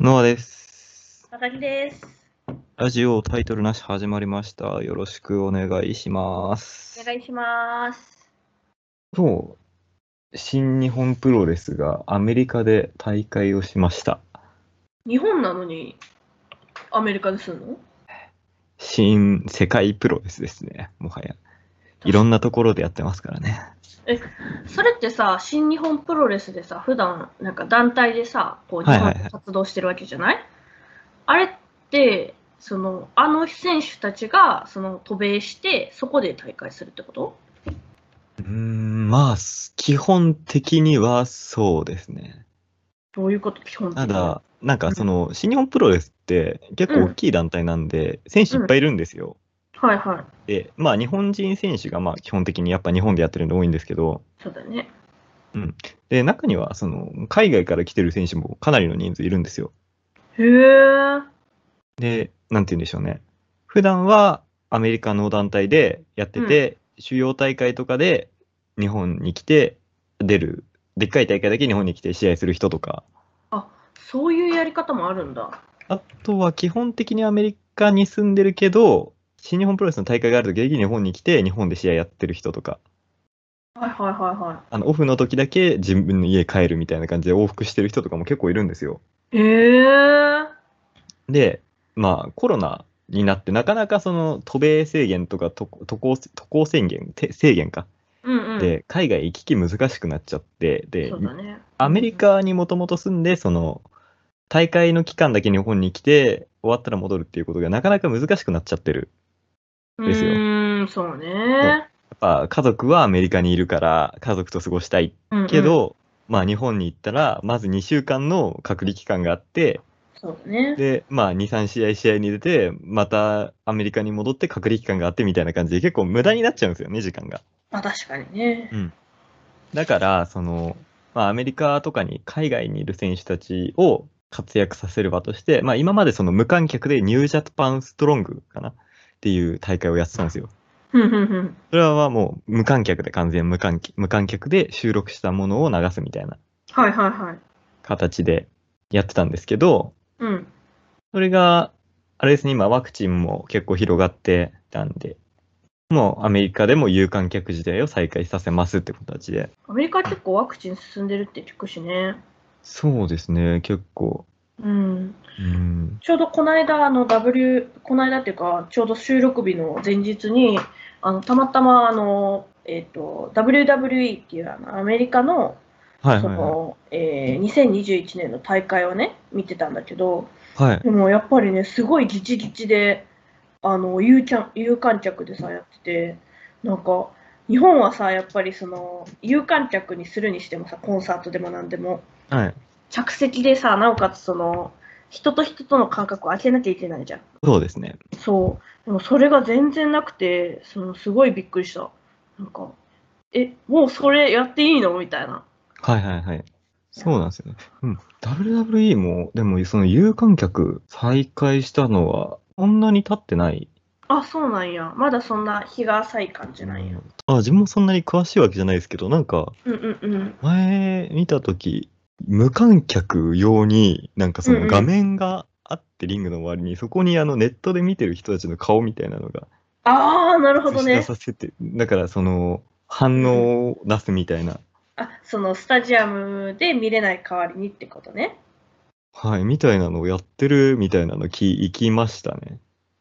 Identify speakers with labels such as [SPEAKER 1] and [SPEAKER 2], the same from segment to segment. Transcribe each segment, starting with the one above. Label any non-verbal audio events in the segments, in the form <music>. [SPEAKER 1] ノアです。
[SPEAKER 2] 佐々木です。
[SPEAKER 1] ラジオタイトルなし始まりました。よろしくお願いします。
[SPEAKER 2] お願いします。
[SPEAKER 1] 今日、新日本プロレスがアメリカで大会をしました。
[SPEAKER 2] 日本なのにアメリカですんの
[SPEAKER 1] 新世界プロレスですね、もはや。いろんなところでやってますからね。
[SPEAKER 2] それってさ、新日本プロレスでさ、普段なんか団体でさ、こう
[SPEAKER 1] は
[SPEAKER 2] 日
[SPEAKER 1] いはいはい
[SPEAKER 2] 本で活動してるわけじゃない,、あれって、そのあの選手たちがその渡米して、そこで大会するってこと
[SPEAKER 1] うーん、まあ、す基本的にはそうですね。
[SPEAKER 2] どういうこと基本的
[SPEAKER 1] た
[SPEAKER 2] に。
[SPEAKER 1] だ、なんかその、新日本プロレスって結構大きい団体なんで、選手いっぱいいるんですよ。
[SPEAKER 2] はいは
[SPEAKER 1] で、まあ、日本人選手がまあ基本的にやっぱ日本でやってるの多いんですけど、
[SPEAKER 2] い。そうだよね。
[SPEAKER 1] で中にはその海外から来てる選手もかなりの人数いるんですよ。
[SPEAKER 2] へえ。
[SPEAKER 1] で、なんて言うんでしょうね。普段はアメリカの団体でやってて、主要大会とかで日本に来て出る、でっかい大会だけ日本に来て試合する人とか、
[SPEAKER 2] そういうやり方もあるんだ。
[SPEAKER 1] あとは基本的にアメリカに住んでるけど、新日本プロレスの大会があるときだけ日本に来て日本で試合やってる人とか、
[SPEAKER 2] はいはいはいは
[SPEAKER 1] あのオフの時だけ自分の家帰るみたいな感じで往復してる人とかも結構いるんですよ。
[SPEAKER 2] い。へえ。
[SPEAKER 1] で、まあ、コロナになって、なかなかその渡米制限とか渡渡航渡航宣言、て制限か、
[SPEAKER 2] うんうん。
[SPEAKER 1] で、海外行き来難しくなっちゃって、で
[SPEAKER 2] そ、うだね。
[SPEAKER 1] アメリカにもともと住んで、その、大会の期間だけ日本に来て、終わったら戻るっていうことがなかなか難しくなっちゃってる。ですよ
[SPEAKER 2] うーん、そうね。
[SPEAKER 1] やっぱ家族はアメリカにいるから、家族と過ごしたい
[SPEAKER 2] うんうん
[SPEAKER 1] け、ど、まあ日本に行ったら、まず2週間の隔離期間があって、
[SPEAKER 2] そうだ <laughs> ね。
[SPEAKER 1] で、まあ、2、3試合試合に出て、またアメリカに戻って隔離期間があってみたいな感じで、結構無駄になっちゃうんですよね、時間が。
[SPEAKER 2] まあ確かにね。
[SPEAKER 1] だから、その、まあ、アメリカとかに海外にいる選手たちを活躍させる場として、まあ、今までその無観客でニュージャパンストロングかなっていう大会をやってたんですよ。
[SPEAKER 2] ふんふんふん。
[SPEAKER 1] それはまあもう無観客で、完全無観客無観客で収録したものを流すみたいな
[SPEAKER 2] はいはいはい。
[SPEAKER 1] 形でやってたんですけど、
[SPEAKER 2] うん。
[SPEAKER 1] それが、あれですね、今ワクチンも結構広がってたんで、もうアメリカでも有観客時代を再開させますって形で。
[SPEAKER 2] アメリカは結構ワクチン進んでるって聞くしね。
[SPEAKER 1] そうですね、結構。
[SPEAKER 2] うん。
[SPEAKER 1] うん。
[SPEAKER 2] ちょうどこの間、あの W、この間っていうか、ちょうど収録日の前日に、あのたまたま、あの、えっ、と、WWE っていうあのアメリカの、
[SPEAKER 1] はい
[SPEAKER 2] そ
[SPEAKER 1] はいは
[SPEAKER 2] の、えー2021年の大会をね、見てたんだけど、
[SPEAKER 1] い。はい。
[SPEAKER 2] でもやっぱりね、すごいギチギチで、あの有ちゃん有観客でさ、やってて、なんか、日本はさ、やっぱりその、有観客にするにしてもさ、コンサートでもなんでも、
[SPEAKER 1] はい。
[SPEAKER 2] 着席でさ、なおかつその、人と人との間隔を空けなきゃいけないじゃん。
[SPEAKER 1] そうですね。
[SPEAKER 2] そう。でもそれが全然なくて、その、すごいびっくりした。なんか、え、もうそれやっていいのみたいな。
[SPEAKER 1] はいはいはい。そうなんですよね。うん。WWE も、でもその有観客再開したのは、そんなに経ってない。
[SPEAKER 2] あ、そうなんや。まだそんな日が浅い感じなんや。
[SPEAKER 1] あ、自分もそんなに詳しいわけじゃないですけど、なんか、
[SPEAKER 2] うんうんうん。
[SPEAKER 1] 前見た時無観客用になんかそ
[SPEAKER 2] うんう
[SPEAKER 1] の
[SPEAKER 2] ん
[SPEAKER 1] 画面があってリングの周りにそこにあのネットで見てる人たちの顔みたいなのが
[SPEAKER 2] あー、なるほ
[SPEAKER 1] 映
[SPEAKER 2] ど
[SPEAKER 1] し出
[SPEAKER 2] ね。
[SPEAKER 1] させて、だからその反応を出すみたいな、
[SPEAKER 2] あそのスタジアムで見れない代わりにってことね。
[SPEAKER 1] はいみたいなのをやってるみたいなの聞行きましたね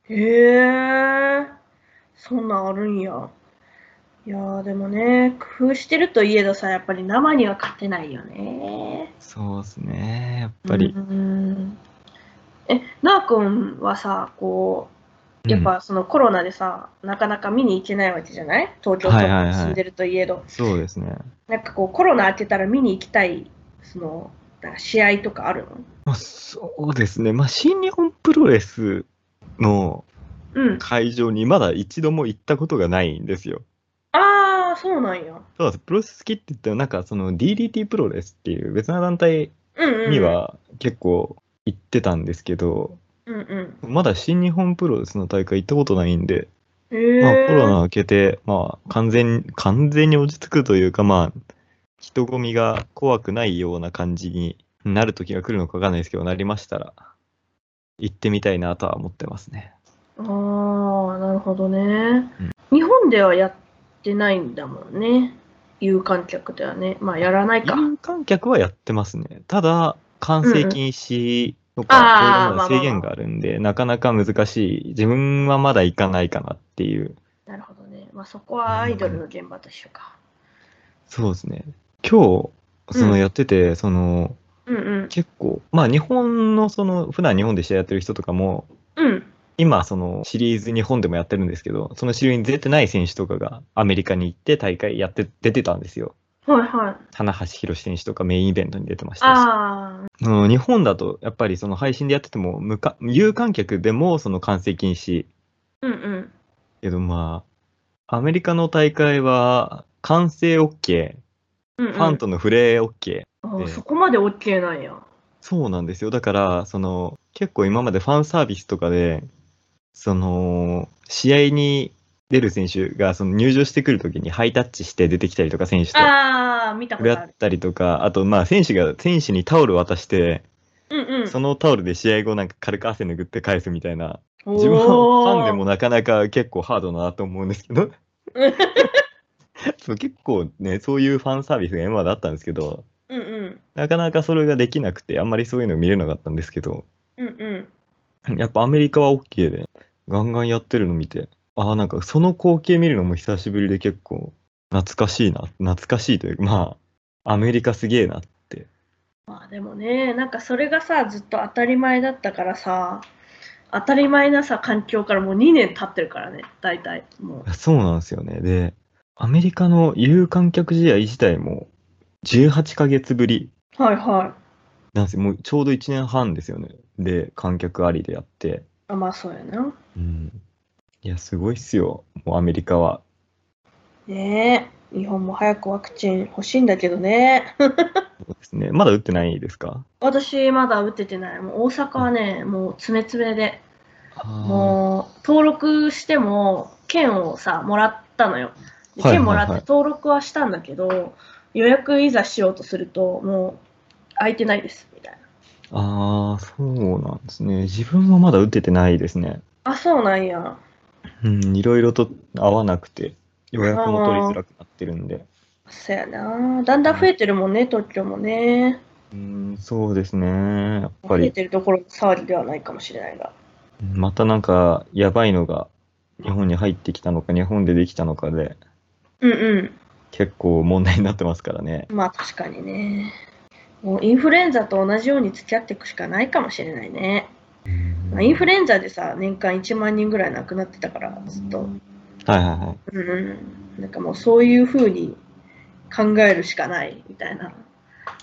[SPEAKER 2] へえ、そんなんあるんや。いやーでもね、工夫してるといえどさ、やっぱり生には勝てないよね。
[SPEAKER 1] そうですねやっぱり
[SPEAKER 2] う、ーんえ、なあくんはさ、こう、やっぱそのコロナでさ、なかなか見に行けないわけじゃない東京都
[SPEAKER 1] はいはいはい
[SPEAKER 2] に住んでるといえど、
[SPEAKER 1] うんそうですね
[SPEAKER 2] なんかこうコロナ明けたら見に行きたい、その、なんか試合とかあるの
[SPEAKER 1] まあそうですねまあ新日本プロレスの
[SPEAKER 2] うん。
[SPEAKER 1] 会場にまだ一度も行ったことがないんですよ
[SPEAKER 2] ああ、そうなんや。
[SPEAKER 1] そうなんです。プロレス好きって言っても、なんかその DDT プロレスっていう別な団体
[SPEAKER 2] うんうんうん。
[SPEAKER 1] には結構行ってたんですけど、
[SPEAKER 2] うんうん。
[SPEAKER 1] まだ新日本プロレスの大会行ったことないんで、
[SPEAKER 2] へ
[SPEAKER 1] まあ
[SPEAKER 2] ー
[SPEAKER 1] コロナ明けて、まあ完全、完全に落ち着くというか、まあ人混みが怖くないような感じになる時が来るのかわかんないですけど、なりましたら、行ってみたいなとは思ってますね。
[SPEAKER 2] ああ、なるほどね。日本ではやってないんだもんね。有観客ではね。まあ、やらないか。
[SPEAKER 1] 有観客はやってますね。ただ、完成禁止と
[SPEAKER 2] あー
[SPEAKER 1] か、
[SPEAKER 2] ま
[SPEAKER 1] そういうの
[SPEAKER 2] あ
[SPEAKER 1] は
[SPEAKER 2] まあ
[SPEAKER 1] 制限があるんで、なかなか難しい。自分はまだ行かないかなっていう。
[SPEAKER 2] なるほどね。まあ、そこはアイドルの現場と一緒か。
[SPEAKER 1] そうですね。今日、そ
[SPEAKER 2] うん
[SPEAKER 1] のやってて、その、
[SPEAKER 2] うんうん。
[SPEAKER 1] 結構、まあ日本のその、普段日本で試合やってる人とかも、
[SPEAKER 2] うん。
[SPEAKER 1] 今そのシリーズ日本でもやってるんですけど、そのシリーズに出てない選手とかがアメリカに行って大会やって出てたんですよ。
[SPEAKER 2] はいはい。
[SPEAKER 1] 花橋宏選手とかメインイベントに出てましたし。
[SPEAKER 2] ああ、
[SPEAKER 1] あの日本だとやっぱりその配信でやってても無か有観客でもその完成禁止
[SPEAKER 2] うんうん。
[SPEAKER 1] けどまあアメリカの大会は完成 OK
[SPEAKER 2] うんうん、
[SPEAKER 1] ファンとの触れ OK、
[SPEAKER 2] あ
[SPEAKER 1] で
[SPEAKER 2] ーそこまで OK なんや。
[SPEAKER 1] そうなんですよだからその結構今までファンサービスとかでその試合に出る選手がその入場してくるときにハイタッチして出てきたりとか選手と
[SPEAKER 2] ああ、見たこ
[SPEAKER 1] 触れ
[SPEAKER 2] と
[SPEAKER 1] 合
[SPEAKER 2] あ
[SPEAKER 1] っ
[SPEAKER 2] る。
[SPEAKER 1] たりとかあとまあ選手が選手にタオル渡して
[SPEAKER 2] うんうん。
[SPEAKER 1] そのタオルで試合後なんか軽く汗拭って返すみたいな
[SPEAKER 2] おー
[SPEAKER 1] 自分はファンでもなかなか結構ハードだなと思うんですけどそう結構ねそういうファンサービスが今まであったんですけど
[SPEAKER 2] うんうん。
[SPEAKER 1] なかなかそれができなくてあんまりそういうの見れなかったんですけど
[SPEAKER 2] うんうん。
[SPEAKER 1] やっぱアメリカは OK でガンガンやってるの見てああなんかその光景見るのも久しぶりで結構懐かしいな懐かしいというかまあアメリカすげえなって
[SPEAKER 2] まあでもね、なんかそれがさ、ずっと当たり前だったからさ、当たり前なさ、環境からもう2年経ってるからね、大体。も
[SPEAKER 1] そうなんですよねでアメリカの有観客試合自体も18ヶ月ぶり
[SPEAKER 2] う。はいはい。
[SPEAKER 1] なんせもうちょうど1年半ですよね。で、観客ありでやって。
[SPEAKER 2] あまあそうやな。
[SPEAKER 1] うん。いや、すごいっすよ。もうアメリカは。
[SPEAKER 2] ねえ、日本も早くワクチン欲しいんだけどね。
[SPEAKER 1] そうですね。まだ打ってないですか
[SPEAKER 2] 私まだ打ててない。もう大阪はね、もう詰め詰めで。
[SPEAKER 1] あ
[SPEAKER 2] もう登録しても券をさもらったのよ。で
[SPEAKER 1] はいはいはい
[SPEAKER 2] 券もらって登録はしたんだけど、予約いざしようとするともう空いてないですみたいな。
[SPEAKER 1] あー、そうなんですね。自分はまだ打ててないですね。
[SPEAKER 2] あそうなんや。
[SPEAKER 1] うん、いろいろと合わなくて、予約も取りづらくなってるんで。
[SPEAKER 2] そやな。だんだん増えてるもんね東京もね。
[SPEAKER 1] うん、そうですね。やっぱ
[SPEAKER 2] 増え
[SPEAKER 1] り、
[SPEAKER 2] てるところの騒ぎではないかもしれないが。
[SPEAKER 1] またなんか、やばいのが、日本に入ってきたのか、日本でできたのかで、
[SPEAKER 2] うんうん。
[SPEAKER 1] 結構問題になってますからね。
[SPEAKER 2] まあ確かにね。もうインフルエンザと同じように付き合っていくしかないかもしれないね。まあインフルエンザでさ、年間1万人ぐらい亡くなってたから、ずっと。
[SPEAKER 1] はいはいはい。
[SPEAKER 2] うん、なんかもうそういうふうに考えるしかないみたいな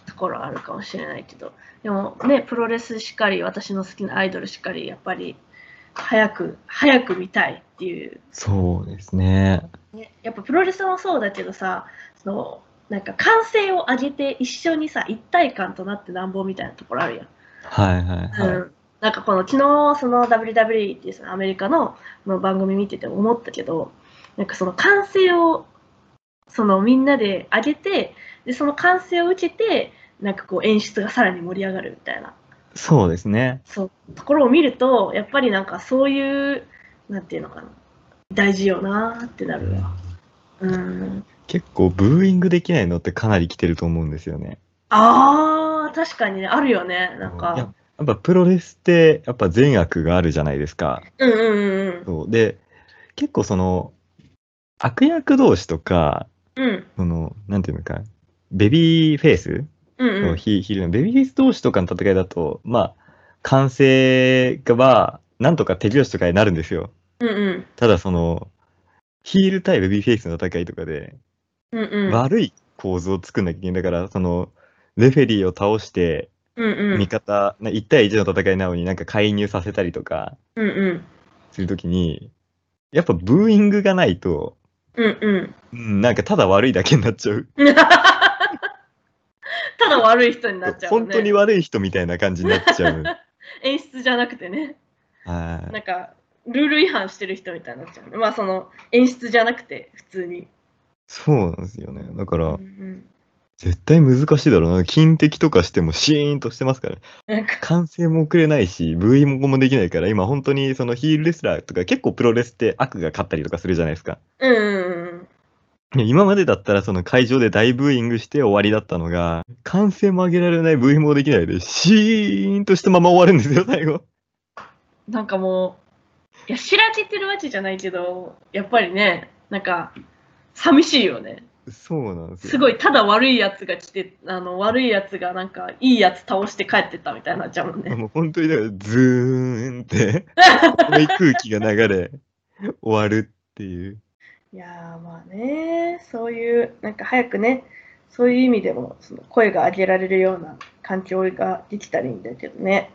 [SPEAKER 2] ところはあるかもしれないけどでもねプロレスしかり私の好きなアイドルしかりやっぱり早く早く見たいっていう、
[SPEAKER 1] そうですね。
[SPEAKER 2] ね、やっぱプロレスもそうだけどさそのなんか歓声を上げて一緒にさ一体感となってなんぼみたいなところあるやん。
[SPEAKER 1] はいはいはい。
[SPEAKER 2] うんなんかこの昨日その WWE っていうそのアメリカのあの番組見てて思ったけどなんかその歓声をそのみんなで上げてでその歓声を受けてなんかこう演出がさらに盛り上がるみたいな
[SPEAKER 1] そうですね。
[SPEAKER 2] そうところを見るとやっぱりなんかそういうなんていうのかな大事よなーってなるわ。うん、
[SPEAKER 1] 結構ブーイングできないのってかなり来てると思うんですよね。
[SPEAKER 2] あー確かにねあるよねな
[SPEAKER 1] いや
[SPEAKER 2] んか。
[SPEAKER 1] やっぱプロレスってやっぱ善悪があるじゃないですか。
[SPEAKER 2] うんうんうん
[SPEAKER 1] そうで結構その悪役同士とか
[SPEAKER 2] うんうん
[SPEAKER 1] そのなんていうのかベビーフェイス、
[SPEAKER 2] うん
[SPEAKER 1] そううんヒヒールのベビーフェイス同士とかの戦いだとまあ完成はなんとか手拍子とかになるんですよ。
[SPEAKER 2] うんうん
[SPEAKER 1] ただそのヒール対ベビーフェイスの戦いとかで
[SPEAKER 2] うんうん
[SPEAKER 1] 悪い構図を作んなきゃいけないだからそのレフェリーを倒して
[SPEAKER 2] うんうん
[SPEAKER 1] 味方、な1対1の戦いなのになんか介入させたりとか
[SPEAKER 2] うんうん
[SPEAKER 1] するときにやっぱブーイングがないと、
[SPEAKER 2] うん
[SPEAKER 1] うん、なんかただ悪いだけになっちゃう
[SPEAKER 2] うん。 <laughs> ただ悪い人になっちゃう、ね。
[SPEAKER 1] 本当に悪い人みたいな感じになっち
[SPEAKER 2] <laughs>
[SPEAKER 1] ゃう
[SPEAKER 2] 演出じゃなくてね、
[SPEAKER 1] はい
[SPEAKER 2] なんかルール違反してる人みたいになっちゃう、ね。まあその演出じゃなくて普通に。
[SPEAKER 1] そうなんですよねだか
[SPEAKER 2] うんう
[SPEAKER 1] ら
[SPEAKER 2] ん
[SPEAKER 1] 絶対難しいだろうな。金敵とかしてもシーンとしてますからね。
[SPEAKER 2] なんか、
[SPEAKER 1] 完成も遅れないし、V ももできないから、今本当にそのヒールレスラーとか結構プロレスって悪が勝ったりとかするじゃないですか。
[SPEAKER 2] うんうん
[SPEAKER 1] いや今までだったらその会場で大ブーイングして終わりだったのが、歓声も上げられない V もできないで、シーンとしたまま終わるんですよ、最後。
[SPEAKER 2] うん。なんかもう、いや、知られてるわけじゃないけど、やっぱりね、なんか、寂しいよね。
[SPEAKER 1] そうなんですよ。
[SPEAKER 2] すごい、ただ悪いやつが来て、あの、悪いやつがなんか、いいやつ倒して帰ってったみたいになっちゃうもんね。
[SPEAKER 1] もう本当にだからズーンって重い空気が流れ終わるっていう。
[SPEAKER 2] いやーまあね、そういう、なんか早くね、そういう意味でも、その声が上げられるような環境ができたらいいんだけどね。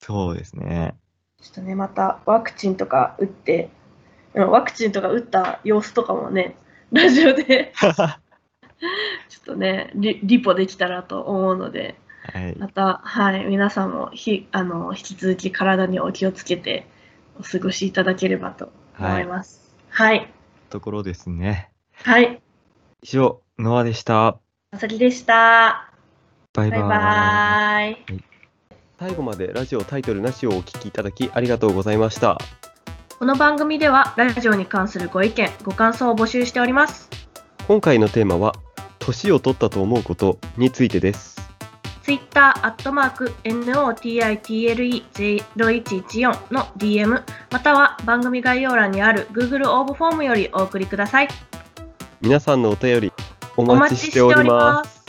[SPEAKER 1] そうですね。 <laughs>
[SPEAKER 2] ちょっとね、またワクチンとか打って、うん、ワクチンとか打った様子とかもね、ラジオで <laughs>
[SPEAKER 1] は
[SPEAKER 2] ちょっとね、リリポできたらと思うので、
[SPEAKER 1] い。
[SPEAKER 2] また、はい、皆さんもひあの引き続き体にお気をつけてお過ごしいただければと思います。はい、
[SPEAKER 1] ところですね。
[SPEAKER 2] はい、
[SPEAKER 1] 以上、ノアでした。
[SPEAKER 2] まさきでした。
[SPEAKER 1] バイ
[SPEAKER 2] バ
[SPEAKER 1] バーイ。
[SPEAKER 2] イバーイ。
[SPEAKER 1] 最後までラジオタイトルなしをお聞きいただきありがとうございました。
[SPEAKER 2] この番組ではラジオに関するご意見、ご感想を募集しております。
[SPEAKER 1] 今回のテーマは、年を取ったと思うことについてです。
[SPEAKER 2] Twitter、アットマーク、NOTITLE0114 の DM、または番組概要欄にある Google 応募フォームよりお送りください。
[SPEAKER 1] 皆さんのお便り、お
[SPEAKER 2] お
[SPEAKER 1] 待ちしております。
[SPEAKER 2] す。